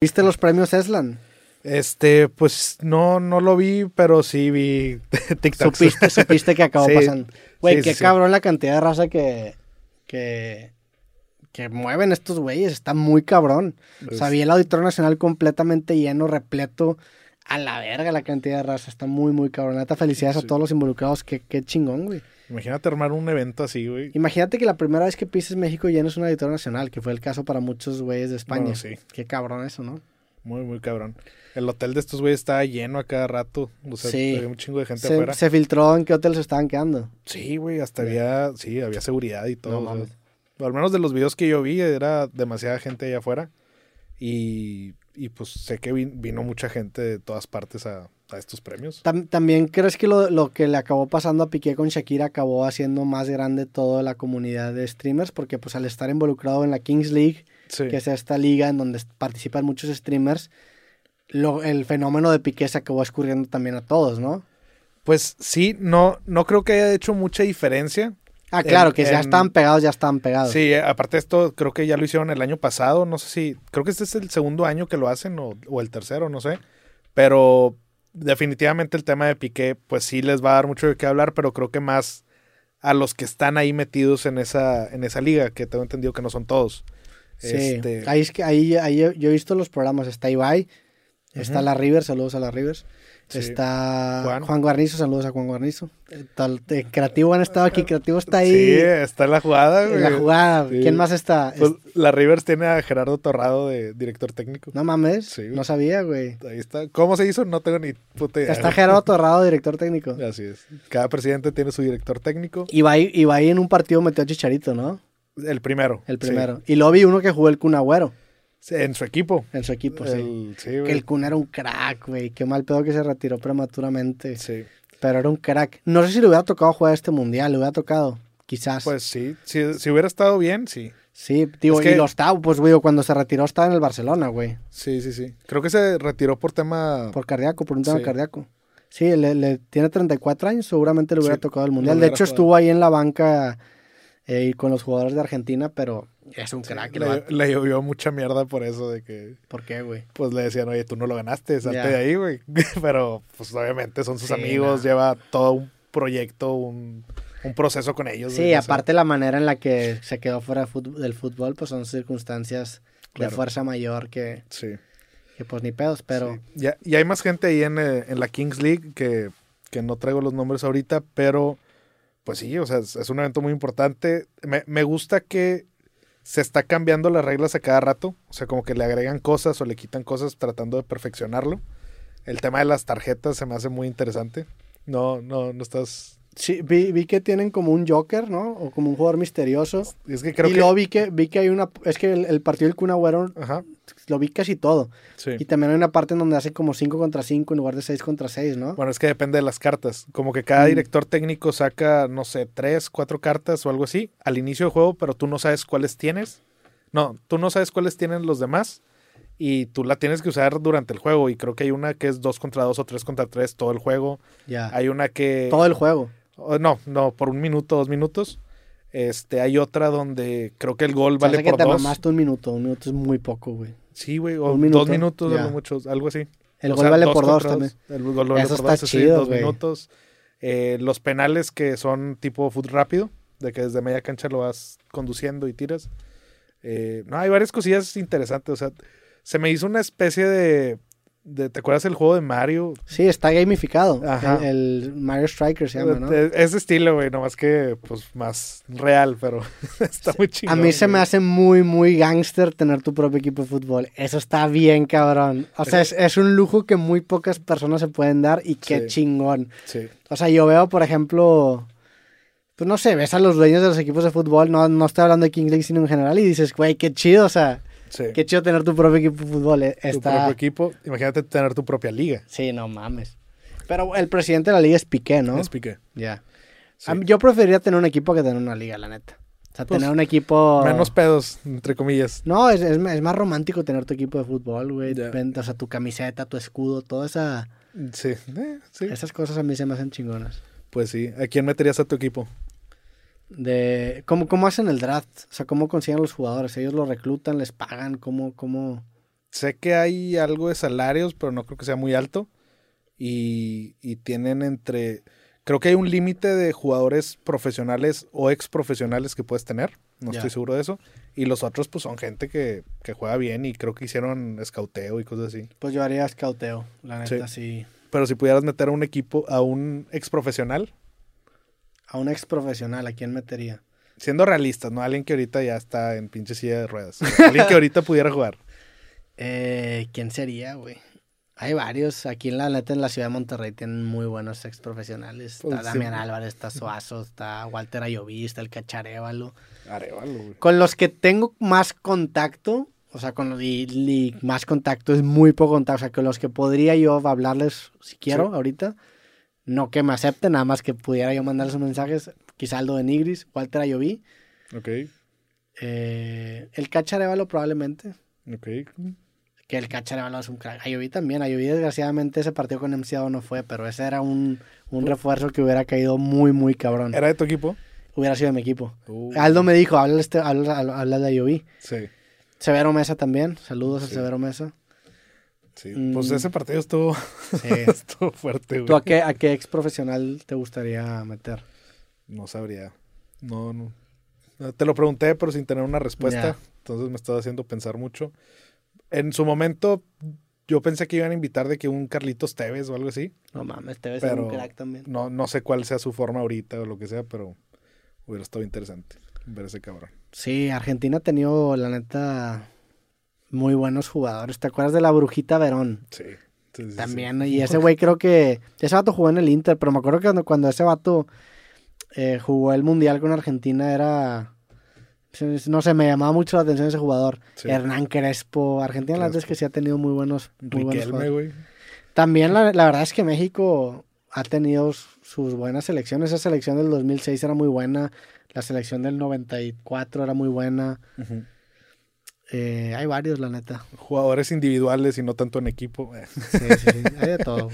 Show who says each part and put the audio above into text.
Speaker 1: ¿Viste los premios Eslan?
Speaker 2: Este, pues no, no lo vi, pero sí vi TikTok.
Speaker 1: Supiste, supiste que acabó
Speaker 2: Sí.
Speaker 1: pasando. Güey,
Speaker 2: Sí, sí,
Speaker 1: qué
Speaker 2: sí.
Speaker 1: cabrón la cantidad de raza que, que, que mueven estos güeyes. Está muy cabrón. O sea, vi el Auditorio Nacional completamente lleno, repleto. A la verga la cantidad de raza. Está muy, muy cabrón. Neta, felicidades
Speaker 2: Sí.
Speaker 1: a todos los involucrados. Qué, qué chingón, güey.
Speaker 2: Imagínate armar un evento así, güey.
Speaker 1: Imagínate que la primera vez que pises México lleno es un Auditorio Nacional, que fue el caso para muchos güeyes de España.
Speaker 2: Bueno, sí.
Speaker 1: Qué cabrón eso, ¿no?
Speaker 2: Muy, muy cabrón. El hotel de estos güeyes estaba lleno a cada rato. O sea,
Speaker 1: Sí.
Speaker 2: había un chingo de gente
Speaker 1: Se,
Speaker 2: afuera.
Speaker 1: se filtró en qué hotel se estaban quedando.
Speaker 2: Sí, güey, hasta había, sí, había seguridad y todo.
Speaker 1: No
Speaker 2: o sea,
Speaker 1: mames.
Speaker 2: al menos de los videos que yo vi, era demasiada gente allá afuera. Y, y pues sé que vin- vino mucha gente de todas partes a, a estos premios.
Speaker 1: Tam- ¿También crees que lo, lo que le acabó pasando a Piqué con Shakira acabó haciendo más grande toda la comunidad de streamers? Porque pues al estar involucrado en la Kings League,
Speaker 2: Sí.
Speaker 1: que es esta liga en donde participan muchos streamers, lo- el fenómeno de Piqué se acabó escurriendo también a todos, ¿no?
Speaker 2: Pues sí, no, no creo que haya hecho mucha diferencia.
Speaker 1: Ah, claro,
Speaker 2: En-
Speaker 1: que ya
Speaker 2: en-
Speaker 1: están pegados, ya están pegados.
Speaker 2: Sí, eh, aparte de esto, creo que ya lo hicieron el año pasado, no sé si, creo que este es el segundo año que lo hacen o, o el tercero, no sé, pero definitivamente el tema de Piqué, pues sí les va a dar mucho de qué hablar, pero creo que más a los que están ahí metidos en esa, en esa liga, que tengo entendido que no son todos.
Speaker 1: Sí.
Speaker 2: Este,
Speaker 1: Ahí, es que, ahí, ahí yo, yo he visto los programas. Está Ibai, está
Speaker 2: Ujú.
Speaker 1: la Rivers, saludos a la Rivers.
Speaker 2: Sí.
Speaker 1: Está Juan.
Speaker 2: Juan.
Speaker 1: Guarnizo, saludos a Juan Guarnizo. Eh, tal- eh, creativo han estado aquí, Creativo está ahí
Speaker 2: Sí, está en la jugada.
Speaker 1: en la
Speaker 2: güey.
Speaker 1: jugada.
Speaker 2: Sí.
Speaker 1: ¿Quién más está?
Speaker 2: Pues,
Speaker 1: Es-
Speaker 2: la Rivers tiene a Gerardo Torrado de director técnico.
Speaker 1: No mames,
Speaker 2: Sí, güey.
Speaker 1: no sabía, güey.
Speaker 2: Ahí está. ¿Cómo se hizo? No tengo ni puta idea.
Speaker 1: Está Gerardo Torrado, director técnico.
Speaker 2: Así es. Cada presidente tiene su director técnico.
Speaker 1: Ibai, Ibai en un partido metió a Chicharito, ¿no?
Speaker 2: El primero.
Speaker 1: El
Speaker 2: sí.
Speaker 1: primero. Y luego vi uno que jugó el Kun Agüero
Speaker 2: Sí, En su equipo.
Speaker 1: en su equipo, Pues sí.
Speaker 2: El- sí,
Speaker 1: Que
Speaker 2: güey.
Speaker 1: el Kun era un crack, güey. Qué mal pedo que se retiró prematuramente.
Speaker 2: Sí.
Speaker 1: Pero era un crack. No sé si le hubiera tocado jugar este mundial, le hubiera tocado. Quizás.
Speaker 2: Pues sí, si, si hubiera estado bien, sí.
Speaker 1: sí, digo,
Speaker 2: es que-
Speaker 1: y lo estaba, pues, güey, cuando se retiró estaba en el Barcelona, güey.
Speaker 2: Sí, sí, sí. Creo que se retiró por tema...
Speaker 1: Por cardíaco, por un tema
Speaker 2: Sí.
Speaker 1: cardíaco. Sí, le, le- tiene 34 años, seguramente le hubiera
Speaker 2: Sí,
Speaker 1: tocado el
Speaker 2: lo
Speaker 1: mundial. De
Speaker 2: hubiera
Speaker 1: hecho,
Speaker 2: jugado.
Speaker 1: estuvo ahí en la banca eh, y con los jugadores de Argentina, pero es un
Speaker 2: Sí,
Speaker 1: crack. el
Speaker 2: le,
Speaker 1: vato.
Speaker 2: le llovió mucha mierda por eso de que...
Speaker 1: ¿Por qué, güey?
Speaker 2: Pues le decían, oye, tú no lo ganaste, salte
Speaker 1: Ya.
Speaker 2: de ahí, güey. Pero, pues obviamente son sus
Speaker 1: Sí,
Speaker 2: amigos,
Speaker 1: no.
Speaker 2: lleva todo un proyecto, un, un proceso con ellos.
Speaker 1: Sí,
Speaker 2: güey, o sea,
Speaker 1: aparte la manera en la que se quedó fuera de fut- del fútbol, pues son circunstancias de
Speaker 2: Claro.
Speaker 1: fuerza mayor que,
Speaker 2: Sí.
Speaker 1: que, pues ni pedos, pero...
Speaker 2: Sí. Ya- Y, hay más gente ahí en, eh, en la Kings League que, que no traigo los nombres ahorita, pero pues sí, o sea, es, es un evento muy importante. Me, me gusta que se está cambiando las reglas a cada rato, o sea, como que le agregan cosas o le quitan cosas tratando de perfeccionarlo. El tema de las tarjetas se me hace muy interesante. No, no, no estás...
Speaker 1: Sí, vi, vi que tienen como un Joker, ¿no? O como un jugador misterioso.
Speaker 2: Es que creo
Speaker 1: y
Speaker 2: que...
Speaker 1: luego vi que, vi que hay una... Es que el, el partido del Kun Agüero
Speaker 2: Ajá,
Speaker 1: lo vi casi todo.
Speaker 2: sí.
Speaker 1: Y también hay una parte en donde hace como 5 contra 5 en lugar de 6 contra 6, ¿no?
Speaker 2: Bueno, es que depende de las cartas. Como que cada
Speaker 1: Mm.
Speaker 2: director técnico saca, no sé, tres, cuatro cartas o algo así al inicio del juego, pero tú no sabes cuáles tienes. No, tú no sabes cuáles tienen los demás y tú la tienes que usar durante el juego. Y creo que hay una que es dos contra dos o tres contra tres todo el juego.
Speaker 1: ya.
Speaker 2: Hay una que...
Speaker 1: Todo el juego.
Speaker 2: oh, no, no, por un minuto, dos minutos. Este, hay otra donde creo que el gol
Speaker 1: Se hace
Speaker 2: vale
Speaker 1: que
Speaker 2: por
Speaker 1: te
Speaker 2: dos.
Speaker 1: mamaste un minuto. Un minuto es muy poco, güey.
Speaker 2: Sí, güey, o
Speaker 1: Un minuto,
Speaker 2: dos minutos,
Speaker 1: ya.
Speaker 2: a lo mucho, algo así.
Speaker 1: El
Speaker 2: O
Speaker 1: gol
Speaker 2: sea,
Speaker 1: vale por dos
Speaker 2: contra
Speaker 1: también.
Speaker 2: El gol vale
Speaker 1: Eso
Speaker 2: por
Speaker 1: está
Speaker 2: dos, sí,
Speaker 1: chido,
Speaker 2: dos
Speaker 1: güey.
Speaker 2: minutos. Eh, los penales que son tipo foot rápido, de que desde media cancha lo vas conduciendo y tiras. Eh, no, hay varias cosillas interesantes. O sea, se me hizo una especie de. de- ¿Te acuerdas el juego de Mario?
Speaker 1: Sí, está gamificado.
Speaker 2: Ajá.
Speaker 1: El, el Mario Striker se llama, ¿no?
Speaker 2: De- de- Ese estilo, güey, nomás que pues más real, pero está muy chido.
Speaker 1: A mí se me hace muy, muy gángster tener tu propio equipo de fútbol. Eso está bien, cabrón. O sea, es, es un lujo que muy pocas personas se pueden dar y qué
Speaker 2: Sí.
Speaker 1: chingón.
Speaker 2: Sí,
Speaker 1: O sea, yo veo, por ejemplo, pues no sé, ves a los dueños de los equipos de fútbol, no, no estoy hablando de King League, sino en general, y dices, güey, qué chido, o sea,
Speaker 2: sí.
Speaker 1: qué chido tener tu propio equipo de fútbol. eh,
Speaker 2: Tu
Speaker 1: Está...
Speaker 2: propio equipo. Imagínate tener tu propia liga.
Speaker 1: Sí, no mames. Pero el presidente de la liga es Piqué, ¿no?
Speaker 2: Les piqué.
Speaker 1: Ya.
Speaker 2: Sí.
Speaker 1: A mí- Yo preferiría tener un equipo que tener una liga, la neta. O sea,
Speaker 2: Pues,
Speaker 1: tener un equipo...
Speaker 2: Menos pedos, entre comillas.
Speaker 1: No, es, es, es más romántico tener tu equipo de fútbol, güey.
Speaker 2: Ya.
Speaker 1: Ven, O sea, tu camiseta, tu escudo, todas esa,
Speaker 2: Sí, eh, sí.
Speaker 1: esas cosas a mí se me hacen chingonas.
Speaker 2: Pues sí, ¿a quién meterías a tu equipo?
Speaker 1: De, ¿cómo, ¿Cómo hacen el draft? O sea, ¿cómo consiguen los jugadores? ¿Ellos los reclutan, les pagan? ¿Cómo, cómo,
Speaker 2: sé que hay algo de salarios, pero no creo que sea muy alto. Y, y tienen entre. Creo que hay un límite de jugadores profesionales o ex profesionales que puedes tener. No
Speaker 1: Ya.
Speaker 2: estoy seguro de eso. Y los otros, pues son gente que, que juega bien y creo que hicieron escauteo y cosas así.
Speaker 1: Pues yo haría escauteo, la neta, sí.
Speaker 2: Pero si pudieras meter a un equipo, a un ex profesional,
Speaker 1: A un ex profesional, ¿a quién metería?
Speaker 2: siendo realistas, ¿no? Alguien que ahorita ya está en pinche silla de ruedas. Alguien que ahorita pudiera jugar.
Speaker 1: Eh, ¿Quién sería, güey? Hay varios. Aquí en la neta, en la ciudad de Monterrey, tienen muy buenos ex profesionales. Está
Speaker 2: Pues, sí.
Speaker 1: Damián Álvarez, está Suazo, está Walter Ayoví, está el Cacharévalo.
Speaker 2: Arevalo, güey.
Speaker 1: Con los que tengo más contacto, o sea, con los y, y más contacto es muy poco contacto. O sea, con los que podría yo hablarles si quiero
Speaker 2: Sí.
Speaker 1: ahorita. No que me acepten, nada más que pudiera yo mandarles sus mensajes. Quizá Aldo de Nigris, Walter Ayoví,
Speaker 2: Ok,
Speaker 1: eh, el Cacharévalo probablemente.
Speaker 2: ok.
Speaker 1: Que el Cacharévalo es un crack. Ayoví también. Ayoví, desgraciadamente, ese partido con Enciado no fue, pero ese era un, un refuerzo que hubiera caído muy, muy cabrón.
Speaker 2: ¿Era de tu equipo?
Speaker 1: Hubiera sido de mi equipo. Aldo me dijo, habla, este, habla, habla de Ayoví.
Speaker 2: Uh, Sí,
Speaker 1: Severo Mesa también. Saludos
Speaker 2: Sí.
Speaker 1: a Severo Mesa.
Speaker 2: sí.
Speaker 1: Mm.
Speaker 2: Pues ese partido estuvo,
Speaker 1: Sí.
Speaker 2: estuvo fuerte,
Speaker 1: ¿Tú
Speaker 2: güey.
Speaker 1: a qué, a qué ex profesional te gustaría meter?
Speaker 2: No sabría. No, no. No, Te lo pregunté, pero sin tener una respuesta.
Speaker 1: Ya.
Speaker 2: Entonces me estaba haciendo pensar mucho. En su momento, yo pensé que iban a invitar de que un Carlitos Tevez o algo así.
Speaker 1: No mames, te ves
Speaker 2: Pero-
Speaker 1: un crack también.
Speaker 2: No, no sé cuál sea su forma ahorita o lo que sea, pero hubiera estado interesante ver ese cabrón.
Speaker 1: Sí, Argentina ha tenido, la neta, muy buenos jugadores. ¿Te acuerdas de la Brujita Verón?
Speaker 2: Sí. sí, sí, sí.
Speaker 1: También, y ese güey creo que. Ese vato jugó en el Inter, pero me acuerdo que cuando, cuando ese vato eh, jugó el Mundial con Argentina era. No sé, me llamaba mucho la atención ese jugador.
Speaker 2: Sí.
Speaker 1: Hernán Crespo. Argentina, la verdad es que sí ha tenido muy buenos, muy buenos
Speaker 2: Riquelme,
Speaker 1: jugadores.
Speaker 2: güey.
Speaker 1: También la, la verdad es que México ha tenido s- sus buenas selecciones. Esa selección del 2006 era muy buena. La selección del 94 era muy buena. Eh, hay varios, la neta.
Speaker 2: Jugadores individuales y no tanto en equipo. Eh.
Speaker 1: Sí, sí, sí. Hay de todo.